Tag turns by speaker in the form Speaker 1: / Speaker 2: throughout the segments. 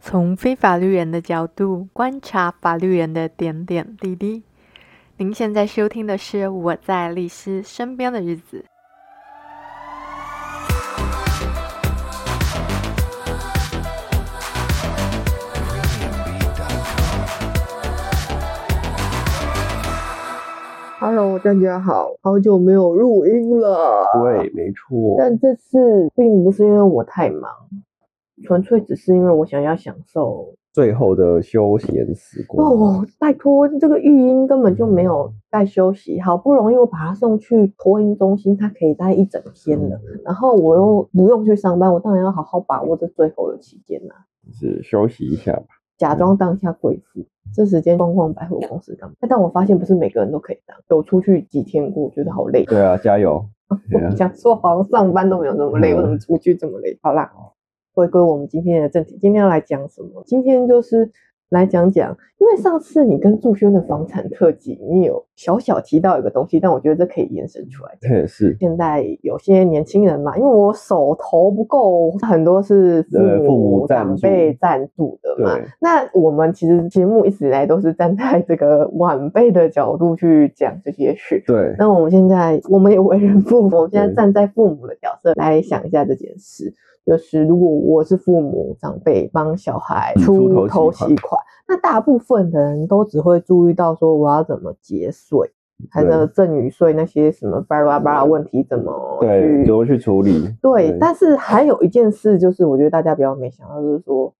Speaker 1: 从非法律人的角度观察法律人的点点滴滴。您现在收听的是《我在律师身边的日子》。
Speaker 2: Hello，大家好，好久没有录音了。
Speaker 3: 对，没错。
Speaker 2: 但这次并不是因为我太忙，纯粹只是因为我想要享受。
Speaker 3: 最后的休闲时光，
Speaker 2: 哦，拜托，这个育婴根本就没有在休息，好不容易我把他送去托婴中心，他可以待一整天了，然后我又不用去上班，我当然要好好把握这最后的期间啦、
Speaker 3: 就是休息一下吧。
Speaker 2: 假装当下贵妇，这时间逛逛百货公司干嘛？但我发现不是每个人都可以当，有出去几天过，觉得好累。
Speaker 3: 对啊，加油！对啊
Speaker 2: 我想说，好像上班都没有那么累，
Speaker 3: 嗯
Speaker 2: 我怎么出去这么累？好啦，回归我们今天的正题，今天要来讲什么？今天就是来讲讲，因为上次你跟祝轩的房产特辑，你有小小提到一个东西，但我觉得这可以延伸出来。
Speaker 3: 这也是
Speaker 2: 现在有些年轻人嘛，因为我手头不够，很多是父
Speaker 3: 呃
Speaker 2: 母、
Speaker 3: 父母赞
Speaker 2: 长
Speaker 3: 助
Speaker 2: 辈赞助的嘛。
Speaker 3: 对，
Speaker 2: 那我们其实节目一直以来都是站在这个晚辈的角度去讲这些事。
Speaker 3: 对，
Speaker 2: 那我们现在，我们也为人父母，我们现在
Speaker 3: 对
Speaker 2: 站在父母的角色来想一下这件事，就是如果我是父母长辈帮小孩
Speaker 3: 嗯出
Speaker 2: 出
Speaker 3: 头
Speaker 2: 头
Speaker 3: 期
Speaker 2: 期款，那大部分的人都只会注意到说我要怎么节税，还有
Speaker 3: 对
Speaker 2: 赠与税那些什么巴拉巴拉问题怎么
Speaker 3: 对，怎
Speaker 2: 去
Speaker 3: 么去处理？
Speaker 2: 对，但是还有一件事就是，我觉得大家比较没想到，就是说。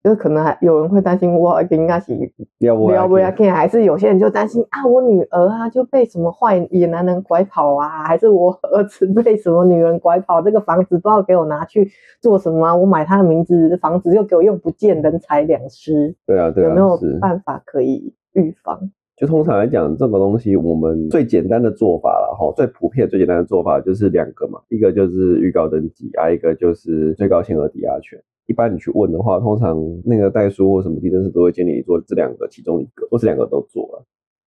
Speaker 2: 就是可能还有人会担心我应该是
Speaker 3: 要不
Speaker 2: 不要
Speaker 3: 要
Speaker 2: 不要，看，还是有些人就担心啊，我女儿啊就被什么坏野男人拐跑啊，还是我儿子被什么女人拐跑，这个房子不知道给我拿去做什么啊、我买他的名字，房子又给我用不见，人财两失，
Speaker 3: 对啊，对啊，
Speaker 2: 有没有
Speaker 3: 是
Speaker 2: 办法可以预防？
Speaker 3: 就通常来讲，这个东西我们最简单的做法了哈，最普遍、最简单的做法就是两个嘛，一个就是预告登记啊，一个就是最高限额抵押权。一般你去问的话，通常那个代书或什么地震师都会建议你做这两个其中一个，或是两个都做了。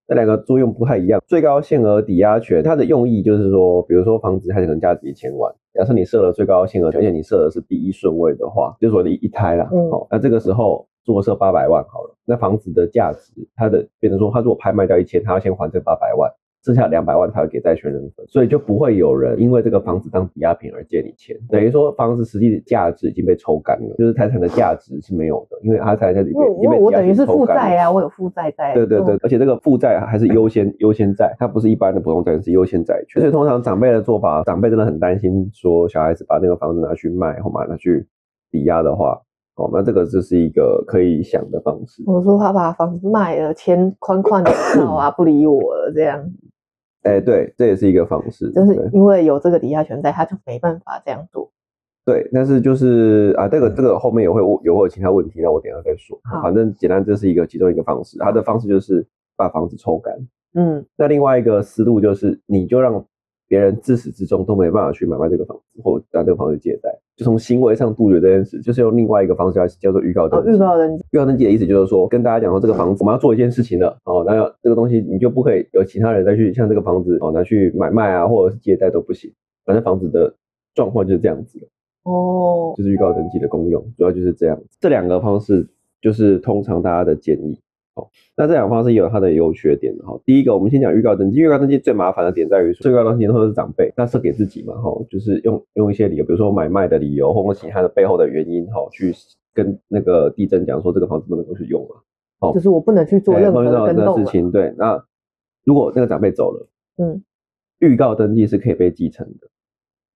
Speaker 3: 这两个作用不太一样。最高限额抵押权，它的用意就是说，比如说房子它可能价值一千万，假设你设了最高限额，而且你设的是第一顺位的话，就是说你一胎啦，
Speaker 2: 嗯
Speaker 3: 哦，那这个时候做设八百万好了，那房子的价值，它的变成说，它如果拍卖掉一千，它要先还这八百万。剩下两百万才会给债权人分，所以就不会有人因为这个房子当抵押品而借你钱，等于说房子实际的价值已经被抽干了，就是财产的价值是没有的，因为它财产价值已
Speaker 2: 因
Speaker 3: 经被
Speaker 2: 为
Speaker 3: 已经
Speaker 2: 因
Speaker 3: 被
Speaker 2: 为我
Speaker 3: 抵押
Speaker 2: 等于
Speaker 3: 品
Speaker 2: 是
Speaker 3: 抽
Speaker 2: 负
Speaker 3: 干了
Speaker 2: 债啊，我有负债在，
Speaker 3: 对对对
Speaker 2: 嗯，，
Speaker 3: 而且这个负债还是优先优先债，它不是一般的普通债，是优先债权。所以通常长辈的做法，长辈真的很担心说小孩子把那个房子拿去卖或把它拿去抵押的话，哦，那这个就是一个可以想的方式。
Speaker 2: 我说他把房子卖了，钱款款的到啊，不理我了，这 样
Speaker 3: 哎、对，这也是一个方式。
Speaker 2: 就是
Speaker 3: 对
Speaker 2: 因为有这个抵押权在，他就没办法这样做。
Speaker 3: 对，但是就是啊，这个这个后面也会有会有其他问题，那我等一下再说
Speaker 2: 嗯好。
Speaker 3: 反正简单，这是一个其中一个方式，它的方式就是把房子抽干。
Speaker 2: 嗯，
Speaker 3: 那另外一个思路就是，你就让别人自始至终都没办法去买卖这个房子，或拿这个房子借贷，就从行为上杜绝这件事，就是用另外一个方式来叫做预告
Speaker 2: 哦，
Speaker 3: 登记。
Speaker 2: 预告人
Speaker 3: 预告登记的意思就是说，跟大家讲说这个房子我们要做一件事情了哦，那这个东西你就不可以有其他人再去像这个房子哦拿去买卖啊，或者是借贷都不行，反正房子的状况就是这样子。
Speaker 2: 哦，
Speaker 3: 就是预告登记的功用，主要就是这样。这两个方式就是通常大家的建议。好，那这两个方式也有它的优缺点的哈。第一个，我们先讲预告登记。预告登记最麻烦的点在于说，预告登记都是长辈，那是给自己嘛哈，就是用用一些理由，比如说买卖的理由，或者其他的背后的原因哈，去跟那个地震讲说这个房子不能够去用嘛，
Speaker 2: 就是我不能去做
Speaker 3: 哎
Speaker 2: 任
Speaker 3: 碰
Speaker 2: 何
Speaker 3: 到
Speaker 2: 的
Speaker 3: 这
Speaker 2: 跟
Speaker 3: 个
Speaker 2: 动
Speaker 3: 事
Speaker 2: 了。
Speaker 3: 情。对，那如果那个长辈走了，
Speaker 2: 嗯，
Speaker 3: 预告登记是可以被继承的。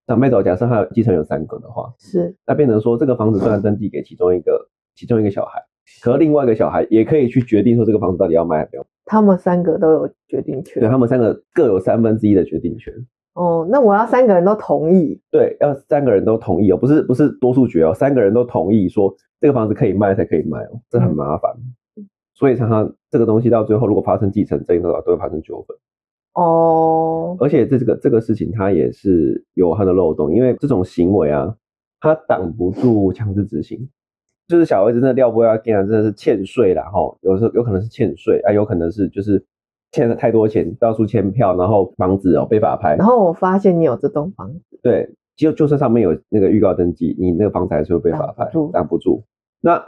Speaker 3: 长辈走，假设他的继承有三个的话，
Speaker 2: 是
Speaker 3: 那变成说这个房子虽然登记给其中一个其中一个小孩，可另外一个小孩也可以去决定说这个房子到底要卖还是不要。
Speaker 2: 他们三个都有决定权。
Speaker 3: 对他啊们三个各有三分之一的决定权。
Speaker 2: 哦，那我要三个人都同意。
Speaker 3: 对，要三个人都同意哦，不是不是多数决哦，三个人都同意说这个房子可以卖才可以卖哦，这很
Speaker 2: 嗯
Speaker 3: 麻烦。所以常常这个东西到最后，如果发生继承争议的话，都会发生纠纷。
Speaker 2: 哦，
Speaker 3: 而且这这个这个事情，它也是有它的漏洞，因为这种行为啊，它挡不住强制执行。就是小孩子真的料不要干啊，真的是欠税啦，吼，有时候有可能是欠税啊，有可能是就是欠了太多钱，到处签票，然后房子哦被法拍
Speaker 2: 然，后我发现你有这栋房子，
Speaker 3: 对，就就算上面有那个预告登记，你那个房子还是会被法
Speaker 2: 挡不
Speaker 3: 拍
Speaker 2: 住，
Speaker 3: 挡不住。那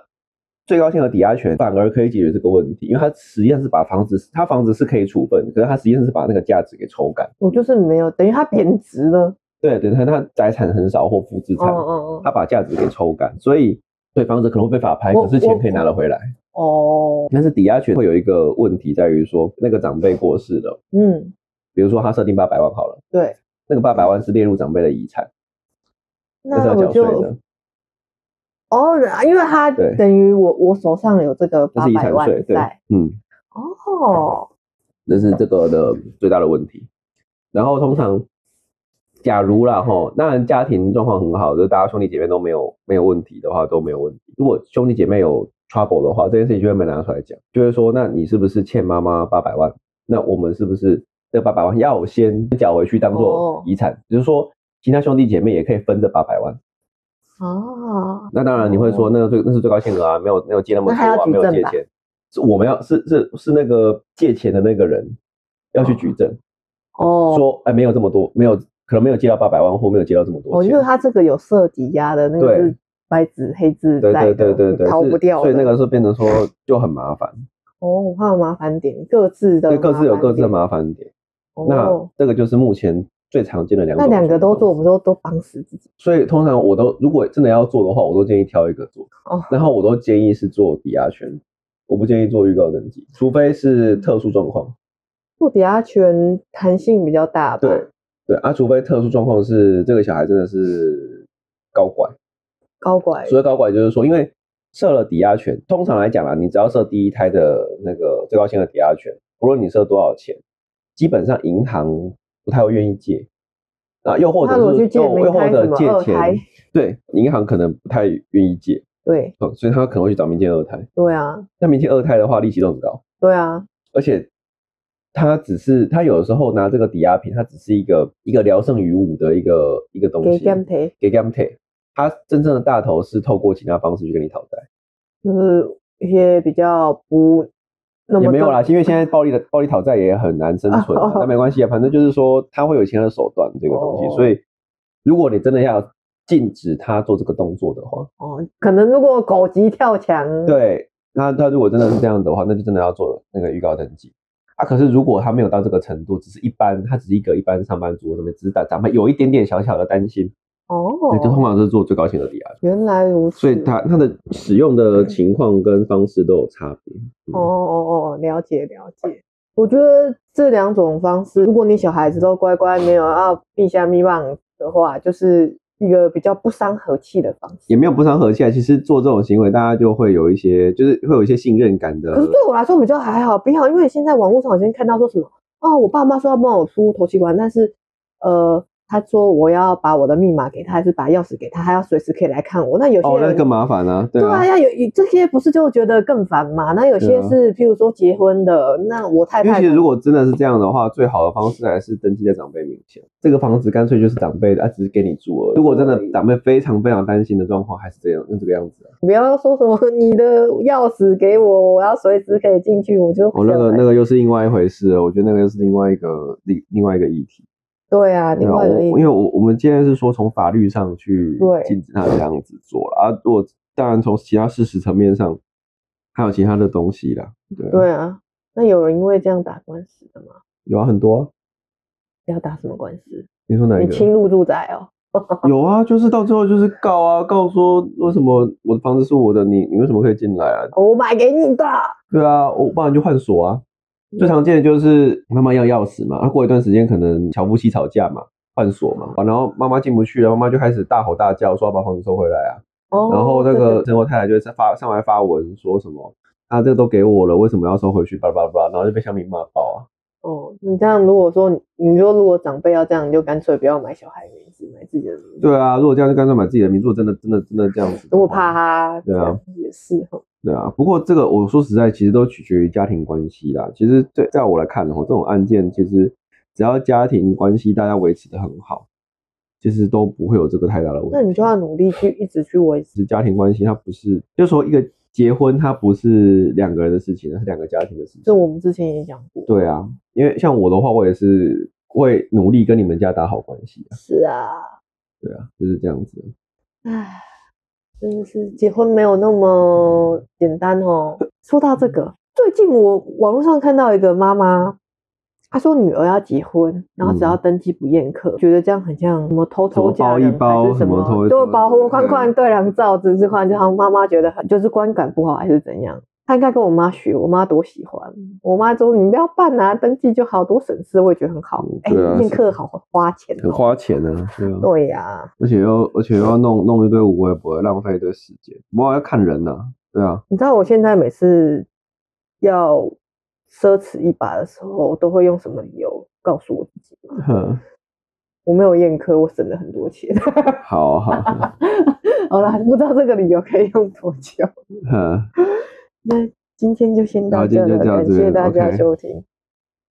Speaker 3: 最高限额抵押权反而可以解决这个问题，因为它实际上是把房子，它房子是可以处分，可是它实际上是把那个价值给抽干。
Speaker 2: 我就是没有，等于它贬值了。
Speaker 3: 对，等于它它财产很少或负资
Speaker 2: 哦
Speaker 3: 产，
Speaker 2: 哦
Speaker 3: 它把价值给抽干，所以对房子可能会被法拍，
Speaker 2: 我
Speaker 3: 可是钱可以拿得回来。
Speaker 2: 哦哦，
Speaker 3: 但是抵押权会有一个问题在于说，那个长辈过世了，
Speaker 2: 嗯，
Speaker 3: 比如说他设定八百万好了，
Speaker 2: 对，
Speaker 3: 那个八百万是列入长辈的遗产，那
Speaker 2: 那
Speaker 3: 是要
Speaker 2: 我
Speaker 3: 缴
Speaker 2: 就
Speaker 3: 税的，
Speaker 2: 哦，因为它
Speaker 3: 对
Speaker 2: 等于我我手上有这个
Speaker 3: 那
Speaker 2: 八
Speaker 3: 是遗
Speaker 2: 百
Speaker 3: 产
Speaker 2: 万
Speaker 3: 税，对
Speaker 2: 在，
Speaker 3: 嗯。
Speaker 2: 哦，
Speaker 3: 这是这个的最大的问题。然后通常，假如啦吼，当然家庭状况很好，就是大家兄弟姐妹都没有没有问题的话都没有问题。如果兄弟姐妹有 trouble 的话，这件事情就会被拿出来讲，就会说，那你是不是欠妈妈八百万？那我们是不是这八百万要先缴回去当
Speaker 2: 哦
Speaker 3: 做遗产？就是说，其他兄弟姐妹也可以分这八百万。
Speaker 2: 啊，
Speaker 3: 那当然你会说，
Speaker 2: 哦
Speaker 3: 那个最那是最高限额啊，没有没有借那么
Speaker 2: 那
Speaker 3: 多
Speaker 2: 还要
Speaker 3: 啊，
Speaker 2: 举
Speaker 3: 没有
Speaker 2: 证
Speaker 3: 借
Speaker 2: 吧
Speaker 3: 钱，是我们要是是是那个借钱的那个人要去举证。
Speaker 2: 哦，
Speaker 3: 说，哎，没有这么多，没有，可能没有接到八百万，或没有接到这么多
Speaker 2: 哦，因
Speaker 3: 钱。
Speaker 2: 为它这个有设抵押的那个
Speaker 3: 对
Speaker 2: 是白纸黑字
Speaker 3: 对
Speaker 2: 在
Speaker 3: 对
Speaker 2: 的，
Speaker 3: 对对对，
Speaker 2: 逃
Speaker 3: 是
Speaker 2: 不掉
Speaker 3: 所以那
Speaker 2: 的
Speaker 3: 个是变成说就很麻烦，
Speaker 2: 哦，它有麻烦点，各自的
Speaker 3: 对，各自有各自的
Speaker 2: 麻
Speaker 3: 麻烦点。
Speaker 2: 烦点。
Speaker 3: 那
Speaker 2: 哦
Speaker 3: 这个就是目前最常见的两种。
Speaker 2: 那两个都做，我们，都都绑死自己。
Speaker 3: 所以通常我都如果真的要做的话，我都建议挑一个做。
Speaker 2: 哦
Speaker 3: 然后我都建议是做抵押权，我不建议做预告登记，除非是特殊状况。
Speaker 2: 做抵押权弹性比较大吧？
Speaker 3: 对，对啊，除非特殊状况是这个小孩真的是高管。
Speaker 2: 高拐
Speaker 3: 所谓高拐就是说，因为设了抵押权，通常来讲啦，你只要设第一胎的那个最高限额抵押权，不论你设多少钱，基本上银行不太会愿意借。啊，又或者
Speaker 2: 那如果
Speaker 3: 是
Speaker 2: 去借
Speaker 3: 又
Speaker 2: 没
Speaker 3: 又或
Speaker 2: 开
Speaker 3: 者
Speaker 2: 什么
Speaker 3: 借
Speaker 2: 二胎
Speaker 3: 钱，对，银行可能不太愿意借，
Speaker 2: 对
Speaker 3: 嗯，所以他可能会去找民间二胎。
Speaker 2: 对啊，
Speaker 3: 那民间二胎的话，利息都很高，
Speaker 2: 对啊，
Speaker 3: 而且他只是他有的时候拿这个抵押品，它只是一个一个聊胜于无的一个一个东
Speaker 2: 给
Speaker 3: 西，
Speaker 2: 干赔
Speaker 3: 给 g a m t 他真正的大头是透过其他方式去跟你讨债。
Speaker 2: 就是一些比较不那么哦
Speaker 3: 也没有啦，
Speaker 2: 正
Speaker 3: 因为现在暴力的暴力讨债也很难生存、啊，那没关系啊，反正就是说他会有钱的手段这个东西，
Speaker 2: 哦
Speaker 3: 所以如果你真的要禁止他做这个动作的话，
Speaker 2: 哦，可能如果狗急跳墙，，
Speaker 3: 对，那他如果真的是这样的话，那就真的要做那个预告登记啊。可是如果他没有到这个程度，只是一般，他只是一个一般上班族，那么只是打咱们有一点点小小的担心，对，就通
Speaker 2: 哦，
Speaker 3: 常是做最高限额抵押，
Speaker 2: 原来如此，
Speaker 3: 所以他他的使用的情况跟方式都有差别。嗯
Speaker 2: 哦哦哦，了解了解。我觉得这两种方式，如果你小孩子都乖乖没有要避下密棒的话，就是一个比较不伤和气的方式。
Speaker 3: 也没有不伤和气啊。其实做这种行为，大家就会有一些，就是会有一些信任感的
Speaker 2: 可。是对我来说比较还好，比较因为现在网络上好像看到说什么哦，我爸妈说要帮我输头期款，但是呃，他说我要把我的密码给他，还是把钥匙给他，他要随时可以来看我。那有些
Speaker 3: 哦，
Speaker 2: 人、
Speaker 3: 那更麻烦啊，对
Speaker 2: 对啊，
Speaker 3: 啊，
Speaker 2: 要有有这些不是就觉得更烦嘛？那有
Speaker 3: 对
Speaker 2: 些
Speaker 3: 啊
Speaker 2: 是，譬如说结婚的，那我太
Speaker 3: 因为
Speaker 2: 太
Speaker 3: 其实如果真的是这样的话，最好的方式还是登记在长辈名下。这个房子干脆就是长辈的，啊，只是给你住而已。如果真的长辈非常非常担心的状况，还是这样，用这个样子啊、
Speaker 2: 不要说什么你的钥匙给我，我要随时可以进去，我就
Speaker 3: 哦，那个
Speaker 2: 想来
Speaker 3: 那个又是另外一回事了，我觉得那个又是另外一个另另外一个议题。
Speaker 2: 对啊，
Speaker 3: 对
Speaker 2: 另
Speaker 3: 啊，
Speaker 2: 外
Speaker 3: 我
Speaker 2: 一
Speaker 3: 因
Speaker 2: 个
Speaker 3: 为我我们现在是说从法律上去
Speaker 2: 对
Speaker 3: 禁止他这样子做了啊，我当然从其他事实层面上还有其他的东西啦，对啊
Speaker 2: 对啊，那有人因为这样打官司的吗？
Speaker 3: 有啊，很多、啊。
Speaker 2: 要打什么官司？
Speaker 3: 你说哪一
Speaker 2: 你侵
Speaker 3: 个？
Speaker 2: 入住宅哦，
Speaker 3: 有啊，就是到最后就是告啊，告说为什么我的房子是我的，你你为什么可以进来啊？
Speaker 2: 我买给你的。
Speaker 3: 对啊，我不然就换锁啊。
Speaker 2: 嗯
Speaker 3: 最常见的就是妈妈要钥匙嘛，啊，过一段时间可能小夫妻吵架嘛，换锁嘛，啊然后妈妈进不去了，妈妈就开始大吼大叫，说要把房子收回来啊。
Speaker 2: 哦，
Speaker 3: 然后那
Speaker 2: 对
Speaker 3: 个
Speaker 2: 对
Speaker 3: 陈国太太就会发上来发文说什么，啊，这个都给我了，为什么要收回去？巴拉巴拉巴拉，然后就被小米骂爆啊。
Speaker 2: 哦，你这样如果说你说如果长辈要这样，你就干脆不要买小孩名字，买自己的名字。
Speaker 3: 对啊，如果这样就干脆买自己的名著，真的真的真的这样子。
Speaker 2: 如果怕。他，
Speaker 3: 对啊，
Speaker 2: 也是哦。
Speaker 3: 对啊，不过这个我说实在，其实都取决于家庭关系啦。其实对，在我来看哦，这种案件其实只要家庭关系大家维持的很好，其实都不会有这个太大的问题。
Speaker 2: 那你就要努力去一直去维持。
Speaker 3: 是家庭关系，它不是，就是说一个结婚，它不是两个人的事情，它是两个家庭的事情。
Speaker 2: 这我们之前也讲过。
Speaker 3: 对啊，因为像我的话，我也是会努力跟你们家打好关系啊，
Speaker 2: 是啊，
Speaker 3: 对啊，就是这样子。
Speaker 2: 唉，真的是结婚没有那么简单哦。说到这个，最近我网络上看到一个妈妈，她说女儿要结婚，然后只要登记不宴客，觉得这样很像什么偷偷嫁人
Speaker 3: 嗯什么包一包
Speaker 2: 还是什
Speaker 3: 什么偷一
Speaker 2: 都
Speaker 3: 偷
Speaker 2: 有保护框
Speaker 3: 对
Speaker 2: 框对两照之之换，就好像妈妈觉得很就是观感不好还是怎样。她应该跟我妈学，我妈多喜欢。我妈说：“你不要办啊，登记就好，多省事。”我也觉得很好
Speaker 3: 嗯。
Speaker 2: 哎、
Speaker 3: 对啊
Speaker 2: 宴
Speaker 3: 是
Speaker 2: 客好花钱、哦，
Speaker 3: 很花钱啊，对啊，
Speaker 2: 对呀、
Speaker 3: 而且又而且又要弄弄一堆无微不会，浪费一堆时间。不过要看人呐、对啊，
Speaker 2: 你知道我现在每次要奢侈一把的时候，我都会用什么理由告诉我自己吗？
Speaker 3: 哼
Speaker 2: 我没有宴客，我省了很多钱。
Speaker 3: 好啊好，哼
Speaker 2: 好啦，不知道这个理由可以用多久。
Speaker 3: 哼
Speaker 2: 那今天就先
Speaker 3: 好
Speaker 2: 到
Speaker 3: 今
Speaker 2: 这
Speaker 3: 天
Speaker 2: 了，
Speaker 3: 就到
Speaker 2: 感
Speaker 3: 这
Speaker 2: 谢大
Speaker 3: ，OK
Speaker 2: 家收听。